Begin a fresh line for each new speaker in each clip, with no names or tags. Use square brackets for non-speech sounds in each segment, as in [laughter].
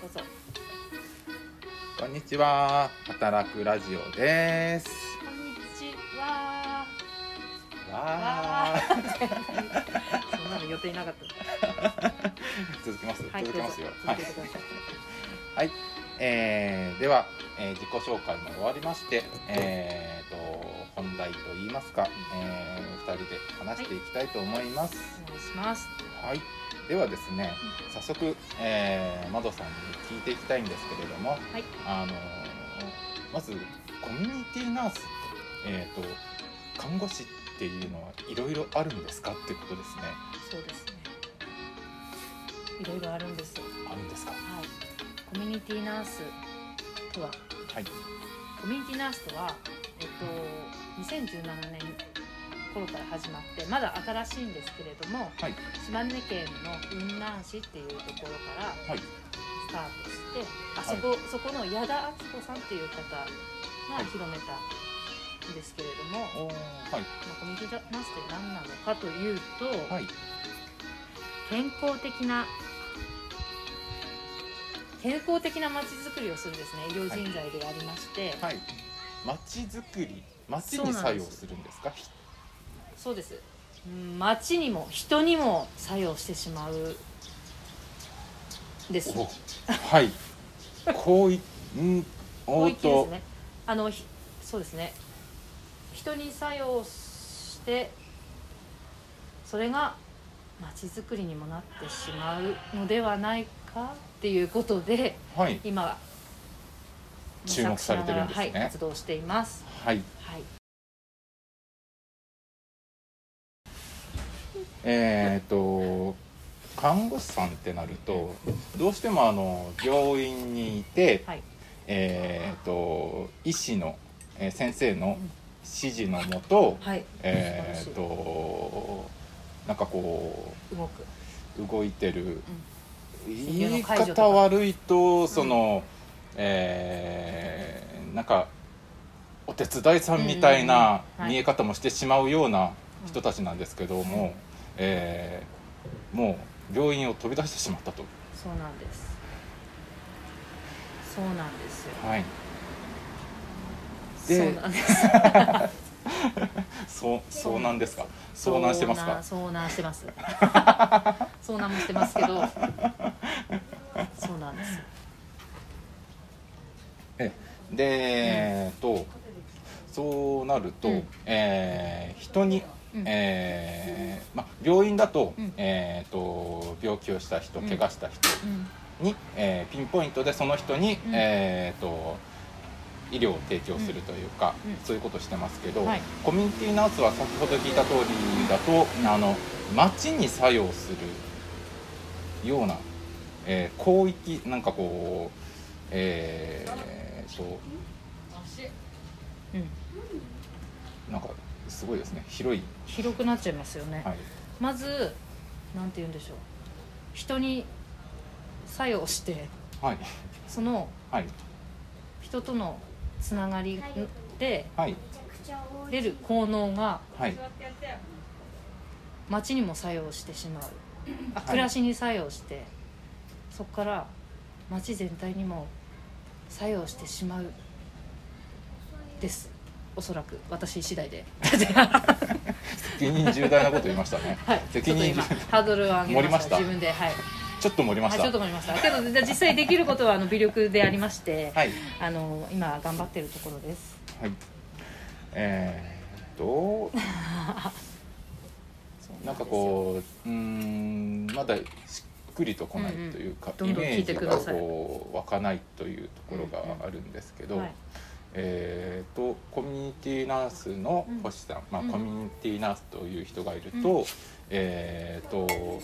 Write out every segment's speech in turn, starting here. どうぞ
こんにちは。働くラジオです。
こんにちは
わー
そんなの予定なかった
続きます。
はい
続けますよ。
ど
は
う
い
ぞ続け。てください
えーでは、えー自己紹介も終わりまして、えーと本題と言いますか、えー二人で話していきたいと思います。
お願いします
はい。ではですね、早速、えー、まどさんに聞いていきたいんですけれども、
はい
あのーまずコミュニティナースって、えー、と看護師っていうのはいろいろあるんですかってことですね
そうですねいろいろあるんですよ
あるんですか
はいコミュニティナースとは
はい
コミュニティナースとは、えっと、2017年頃から始まってまだ新しいんですけれども、
はい
島根県の雲南市っていうところから
はい
スタートしてあ
は
そ
い
こ、そこの矢田敦子さんっていう方が広めたんですけれども、
おーはい
まあコミュニティナースって何なのかというと、
はい
健康的な健康的なまちづくりをするですね医療人材でありまして、
はい街づくり街に作用するんですかひ
そうですうん街にも人にも作用してしまうです
おはいこういんお
こう
ー
い
っ
う気で
と
すねあのひそうですね人に作用してそれが街づくりにもなってしまうのではないかっていうことで
はい
今
注目されてるんですね
模索しながらはい、活動しています
はい
はい
えー、と看護師さんってなるとどうしてもあの病院にいて、
はい
えー、と医師の、えー先生の指示のもと,、
はい
えー、となんかこ
動く
う動いてる、
診療
言
の
い
解除とか
方悪いとその、えーなんかお手伝いさんみたいな
うんうんうんはい
見え方もしてしまうような人たちなんですけども、えーもう病院を飛び出してしまったと。
そうなんですそうなんですよ
はい、で
そうなんです
そう遭難ですか遭難してますか
遭難遭難してます [laughs] 遭難もしてますけどそうなんです
で、えーとそうなると、
うん
えー人に
うん
えーま、病院だと,、
うん
えー、と病気をした人
うん
怪我した人
うん
に、えーピンポイントでその人に、
うん
えー、と医療を提供するというか、
うんうん
そういうことをしてますけど、
はい
コミュニティナースは先ほど聞いた通りだと、あの町に作用するような、えー広域なんかこうえー、と
うん
なんかすごいですね広い、
広くなっちゃいますよね、
はい、
まずなんて言うんでしょう人に作用して
はい
その
はい
人とのつながりで
はい
出る効能が
はい
街にも作用してしまうあ暮らしに作用して、そこから街全体にも作用してしまうですおそらく私次第
[laughs]
で、
責任重大なこと言いましたね
はい
責任
ちょっと今ハードルを上げました
盛りました
自分ではい、
[laughs] ちょっと盛りま
は
し
い、
た
ちょっと思いましたけど実際できることはあの微力でありまして、
はい
あの今頑張ってるところです
はいえー、っとなんかこううーんまだしっくりとこないというか、
うんうんどんどん
イメ
聞い
ー
て
ジ
くだ
が
さい
こう湧かないというところがあるんですけど、
はい、
えー、とコミュニティナースの星さん、まあ、
うん
コミュニティナースという人がいると、
う
えー、と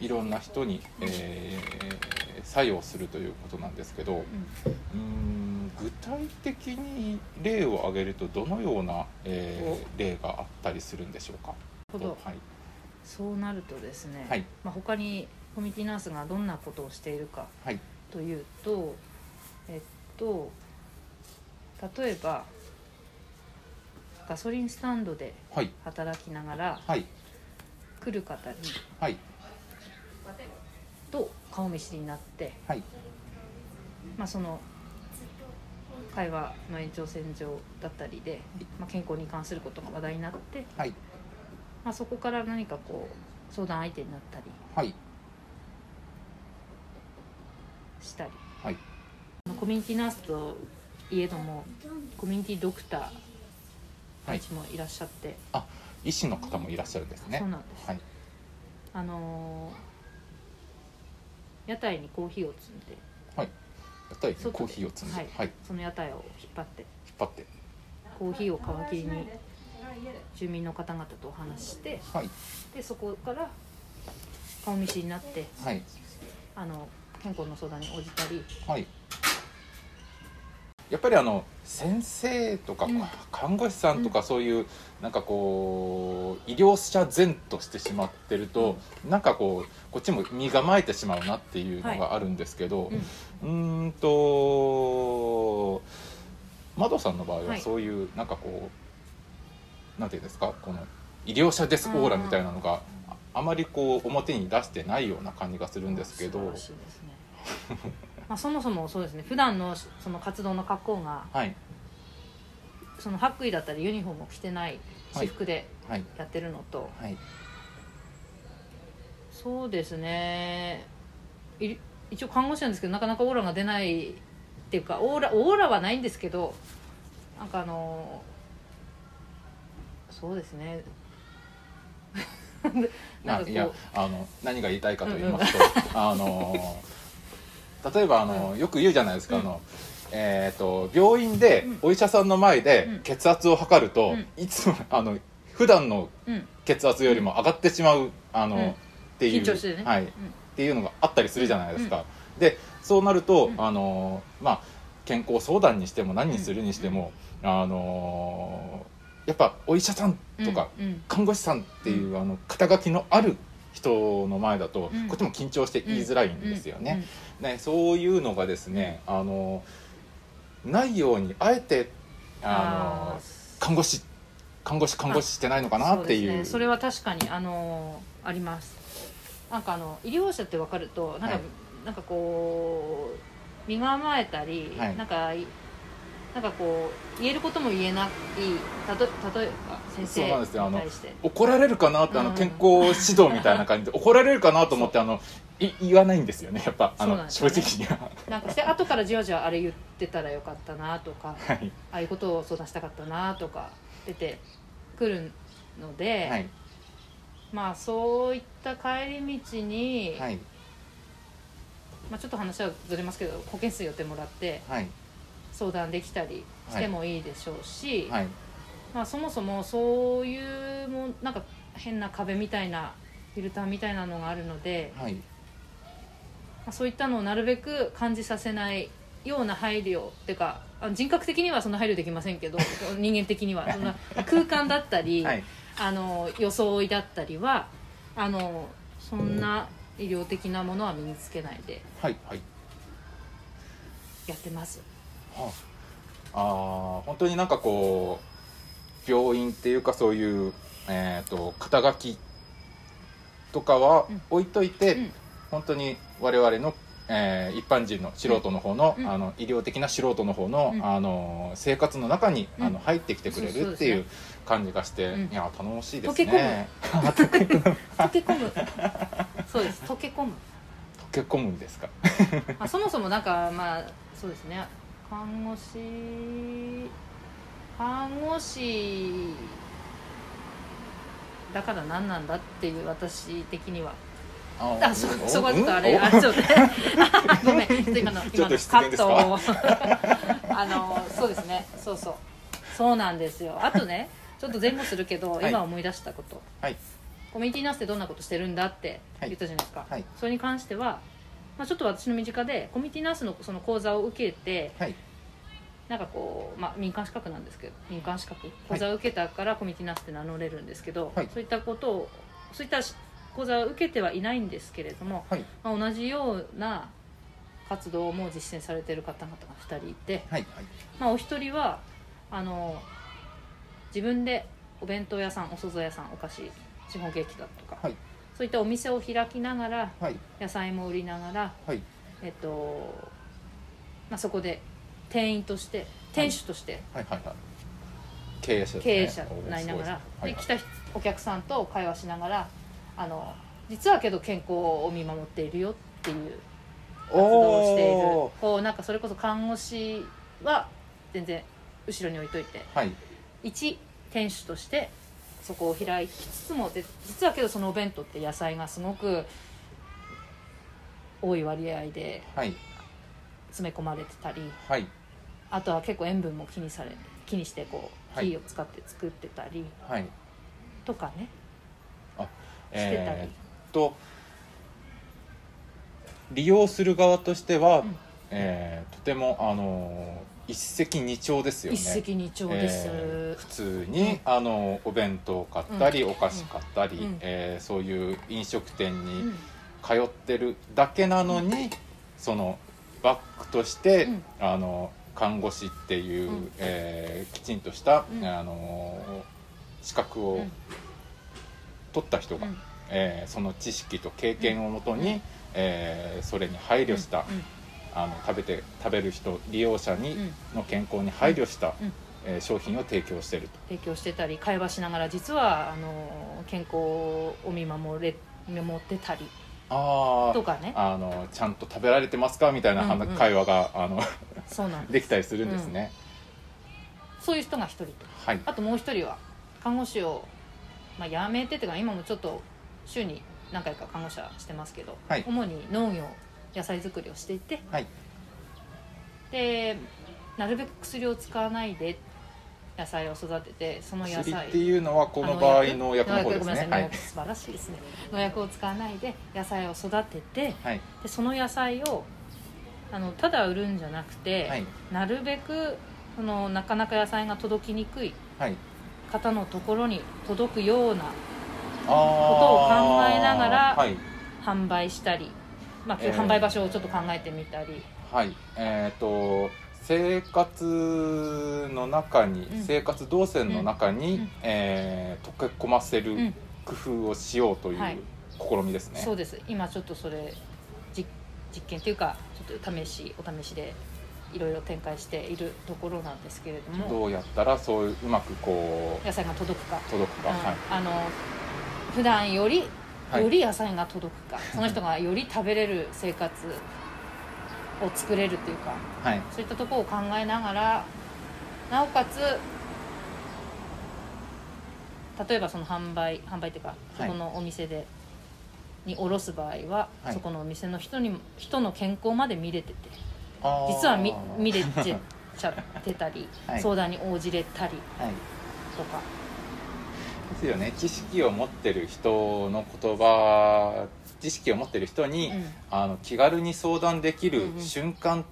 いろんな人に、えー作用するということなんですけどうーん具体的に例を挙げるとどのような、えー例があったりするんでしょうか。
ほど
はい
そうなるとですね、
はい
まあ、他にコミュニティナースがどんなことをしているか
はい
というとえっと例えばガソリンスタンドで
はい
働きながら
はい
来る方に
はい
と顔見知りになって、
はい
まあ、その会話の延長線上だったりで、まあ、健康に関することが話題になって、
はい
まあ、そこから何かこう相談相手になったり
はい
したり、
はい
あのコミュニティナースといえどもコミュニティドクターたちもいらっしゃって、
医師の方もいらっしゃるんですね
そうなんです
はい
あのー屋台にコーヒーを積んで
やったりね
外で
コーヒーを積んで、
は
はいい
その屋台を引っ張って
引っ張って
コーヒーを皮切りに住民の方々とお話しして
はい
でそこから顔見知りになって
はい
あの健康の相談に応じたり
はいやっぱりあの先生とか、
うん
看護師さんとかそういう、なんかこう医療者善としてしまってると、なんかこうこっちも身構えてしまうなっていうのがあるんですけど、
い
うん、んと窓さんの場合
は
はいそういう、なんかこうなんていうんですかこの医療者ですオーラみたいなのがああまりこう表に出してないような感じがするんですけど。
素晴らしいですねまあそもそもそうですね普段のその活動の格好が
はい
その白衣だったりユニフォームを着てない私服で
はい
やってるのと、
はい
そうですねい一応看護師なんですけどなかなかオーラが出ないっていうかオーラオーラはないんですけどなんかあのそうです [laughs] ね
ま
な
あ、
んか
い
こ
や
う
あの何が言いたいかと言いますと、 [laughs] あの例えばあのよく言うじゃないですか、あのえー、と病院で
うん
お医者さんの前で
うん
血圧を測ると、
うん
いつもあの普段の
うん
血圧よりも上がってしまうあの、
うん
っていう
緊張してね、
はい、っていうのがあったりするじゃないですか、でそうなると、
うん
あのまあ健康相談にしても何にするにしても、あのやっぱお医者さん
うん
とか、
うんうん
看護師さんっていう、あの肩書きのある人の前だと、
うん
こっちも緊張して言いづらいんですよね。ねそういうのがですねあのないようにあえてあの
ー
看護師看護師看護師してないのかなって
そう
い
うですねそれは確かにあのーありますなんかあの医療者って分かるとなんか、
はい
なんかこう身構えたり、
はい
なんかいなんかこう言えることも言えないたと例えば先生
そうなんですよあ
に
の
対して
怒られるかなってあ
う
の
ん
健康指導みたいな感
[laughs]
じで怒られるかなと思ってあのい言わないんですよねやっぱ
そ
あ
うなん
の
です
正
よ
直
ね
には
なんかして後からじわじわあれ言ってたらよかったなとか
はい
ああいうことを相談したかったなとか出てくるので、
はい
まあそういった帰り道に、
はい
まあ、ちょっと話はずれますけど保健室寄ってもらって
はい
相談できたりしてもいいでしょうし、
はい
まあ、そもそもそういうもんなんか変な壁みたいなフィルターみたいなのがあるので、
はい
まあ、そういったのをなるべく感じさせないような配慮っていうかあ人格的にはそんな配慮できませんけど [laughs] 人間的にはそんな空間だったり、
はい
あの装いだったりはあのそんな医療的なものは身につけないで
はいはい
やってます。
はあ、あー本当になんかこう病院っていうかそういう、えー、と肩書きとかは
うん
置いといて、
うん
本当に我々の、えー一般人の素人の方の,、
うん
あの医療的な素人の方の,、
うん
あの生活の中に、
うん
あの入ってきてくれ
そうそう
る
で
っ
す
て
ね
いう感じがして、
うん
いや頼もしいで
溶
す
け
ね。溶け溶
溶け込む
[laughs]
そうです溶け込む
け込むんですか。
まあ、そもそもなんかまあそうですね看護師看護師だから何なんだっていう私的には
あ
あそそこはちょっとあれ、
うん
あちょっとねごめんちょっと [laughs] 今の
ち
今
ょっと
の
失
カッ
言ですか
トをあのそうですねそうそうそうなんですよあとねちょっと前後するけど、
はい
今思い出したこと
はい
コミュニティナースってどんなことしてるんだって
は
言
い
ったじゃないですか、
はい
それに関しては、まあ、ちょっと私の身近でコミュニティナースのその講座を受けて
はい
なんかこう、まあ、民間資格なんですけど民間資格講座を受けたからコミュニティナースって名乗れるんですけど、
はい
そういったことをそういった講座を受けてはいないんですけれども、
はい
まあ、同じような活動も実践されている方々が2人いて、
はい
まあ、お一人はあの自分でお弁当屋さんお惣菜屋さんお菓子資本ケーキだとか、
はい
そうそういったお店を開きながら
はい
野菜も売りながら、
はい
えっとまあ、そこで店員として店主として
はいはいはい経営者です、ね、
経営者になりながら、
おーすごい
で
で
来
すね
たお客さんと会話しながらあの実はけど健康を見守っているよっていう活動をしている
おー
こうなんかそれこそ看護師は全然後ろに置いといて
はい
一店主としてそこを開きつつもで実はけどそのお弁当って野菜がすごく多い割合で
はい
詰め込まれてたり
はい
あとは結構塩分も気にされ気にしてこう
はい
木を使って作ってたり
はい
とかね、してたり
えーっと利用する側としては、
うん
えーとてもあのー一石二鳥ですよね
一石二鳥です、
えー普通に、あのお弁当買ったり、お菓子買ったり、
うん
えーそういう飲食店
う
に
ん
通ってるだけなのに、そのバッグとして、
うん
あの看護師っていう、
うん
えーきちんとした、
うん
あの資格
う
を
ん
取った人が、
うん
えーその知識と経験をもとに、
うん
えーそれに配慮した、
う
あの食べて食べる人利用者に、
んうん
の健康に配慮した、
うん
えー商品を提供してると。
提供してたり会話しながら実はあの健康を見守れ見守ってたり
あ
とかね
ああのちゃんと食べられてますかみたいな話、
うんうん
会話があの [laughs]
そうなんです
できたりするんですね、
そういう人が一人と
はい
あともう一人は看護師を、まあ、辞めてっていうか今もちょっと週に何回か看護師はしてますけど、
はい
主に農業野菜作りをしていて
はい
でなるべく薬を使わないで野菜を育ててその野
薬っ
菜
ていうのはこの場合農薬の
農薬
方で
ご
す
めんなさ
ね
い、
はい
農素晴らしいですね農薬を使わないで野菜を育てて
はい
でその野菜をあのただ売るんじゃなくて、
はい
なるべくそのなかなか野菜が届きにくい
はい
方のところに届くような
あこと
を考えながら
はい
販売したり、まあ、
えー
販売場所をちょっと考えてみたり、
はいえっ、と生活の中に、
うん
生活動線の中に、
うん
えー溶け込ませ
う
る
ん
工夫をしようとい
はいう
試みですね、
そうです今ちょっとそれ実実験というかちょっと試しお試しでいろいろ展開しているところなんですけれども
どうやったらそういううまくこ
野菜が届くか、
う届くか、
うん
はい
あの普段より
はい
より野菜が届くか、その人がより食べれる生活を作れるというか
はい
そういったところを考えながらなおかつ例えばその販売販売っていうかそ
はい
このお店で、に卸す場合は、
はい
そこのお店の人にも人の健康まで見れてて
あー
実は見見れてちゃってたり、
[laughs] はい
相談に応じれたり
はい
とか
ですよね知識を持ってる人の言葉知識を持ってる人に、
うん
あの気軽に相談できる
うんうん
瞬間、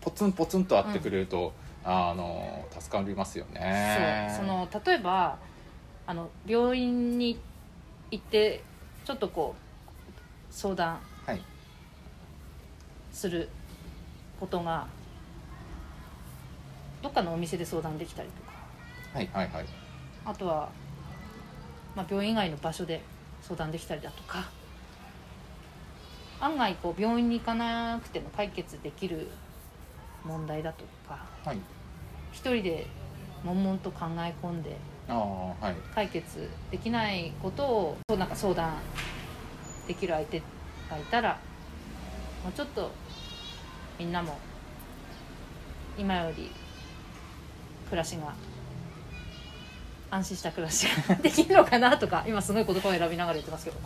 ポツンポツンと会ってくれると、あの助かりますよね
そうその例えばあの病院に行ってちょっとこう相談
はい
することがどっかのお店で相談できたりとか
はいはいはい
あとは、まあ、病院以外の場所で相談できたりだとか案外こう病院に行かなくても解決できる問題だとか
はい
一人で悶々と考え込んで
ああはい
解決できないことをそうなんか相談できる相手がいたらもうちょっとみんなも今より暮らしが安心した暮らしができるのかなとか今すごい言葉を選びながら言ってますけど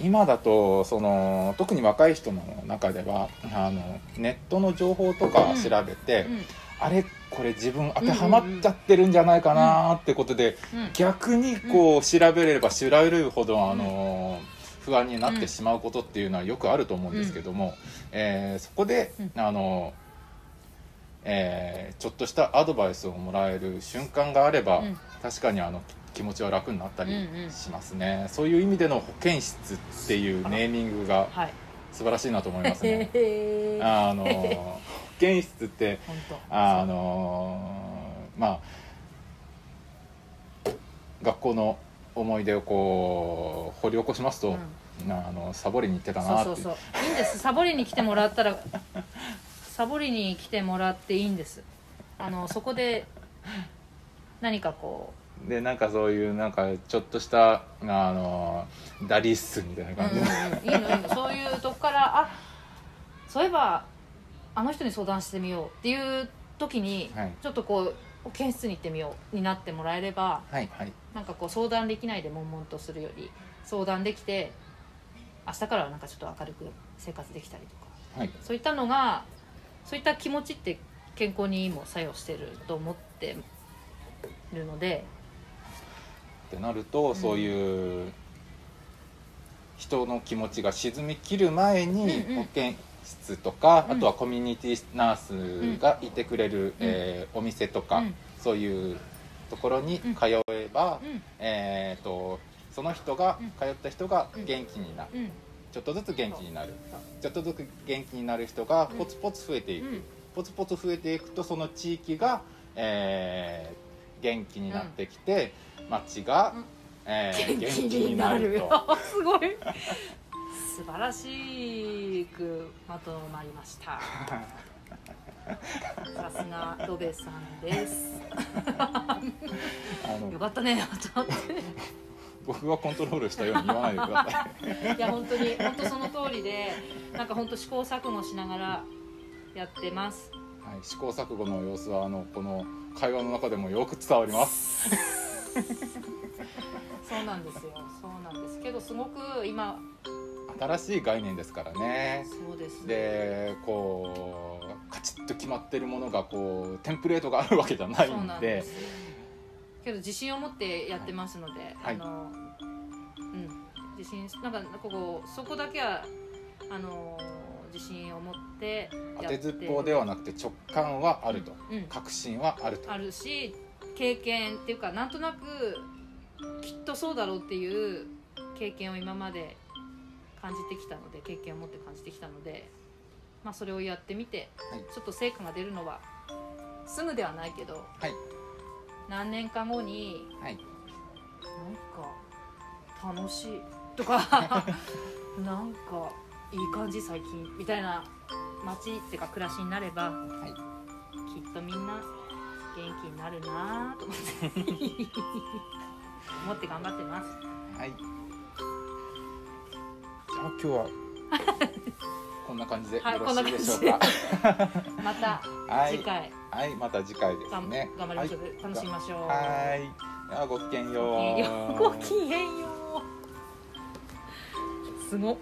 今だとその特に若い人の中ではあのネットの情報とか調べて、
うん
あれこれ自分当てはまっちゃってるんじゃないかなってことで、
うん
逆にこう調べれば調べるほど、あの不安になってしまうことっていうのはよくあると思うんですけども、えーそこで、
うん
あのえーちょっとしたアドバイスをもらえる瞬間があれば、
うん
確かにあの気持ちは楽になったり
うんうん
しますね、そういう意味での保健室っていうネーミングが
はい。
素晴らしいなと思いますね
[laughs] へー
あの保健室って
本当
あのーまあ学校の思い出をこう掘り起こしますと、なあのサボりに行ってたなって
そうそうそういいんですサボりに来てもらったらサボりに来てもらっていいんですあのそこで何かこ
でなんかそういうなんかちょっとしたあのダリッスみたいな
う、うん
感
うん
じで、
うん、いいのいいのそういうとこからあそういえばあの人に相談してみようっていう時に、
はい
ちょっとこう保健室に行ってみようになってもらえれば
はいはい
なんかこう相談できないで悶々とするより相談できて明日からはなんかちょっと明るく生活できたりとか
はい
そういったのがそういった気持ちって健康にも作用してると思ってるので
ってなると、
ん
そういう人の気持ちが沈みきる前に、
うんうん
保健室とか、
うん
あとはコミュニティナースがいてくれる、えーお店とか、
うん
そういうところに通えば、
うん
えー、とその人が、
うん
通った人が
うん
元気になる
うん
ちょっとずつ元気になる
そう
ちょっとずつ元気になる人が
うん
ポツポツ増えていく、
うん
ポツポツ増えていくとその地域が、えー元気になってきて、町が、
うん
えー
元気になる [laughs]
元気にな
よすごい素晴らしくまとまりましたさすがロベさんです
とあ
よ
の
かった [laughs] ねまとまって
僕がコントロールしたように言わないでくだ
[laughs]
さ
いや本当に本当その通りでなんか本当試行錯誤しながらやってます
い、はい、試行錯誤の様子はあのこの会話の中でもよく伝わります
そうなんですよそうなんですけどすごく今
新しい概念ですからね
そうです
でこうカチッと決まってるものがこうテンプレートがあるわけじゃない
そうなんん
で
ですけど自信を持ってやってますので、
はい
あのうん自信なんかここそこだけはあの自信を持って
当
やって
てずっぽうではなくて直感はあると、
うん、
確信はあると
あるし経験っていうかなんとなくきっとそうだろうっていう経験を今まで感じてきたので経験を持って感じてきたので、まあ、それをやってみて、
はい
ちょっと成果が出るのはすぐではないけど
はい
何年か後に
はい
なんか楽しいと
[laughs]
かなんかいい感じ最近みたいな街っていうか暮らしになれば、
い
きっとみんな元気になるなぁと思って [laughs] 思って頑張ってます
はいじゃあ今日
[laughs]
はこんな感じでよ
はい
ろしいでしょう
こんな
か
感、また
はい
次回、
はい、また次回です
がん
ね。
頑張りましょう、楽しみましょう
はい。はいではごきげんよ
[laughs] ごきげん
う。
ようごきげんようすごっ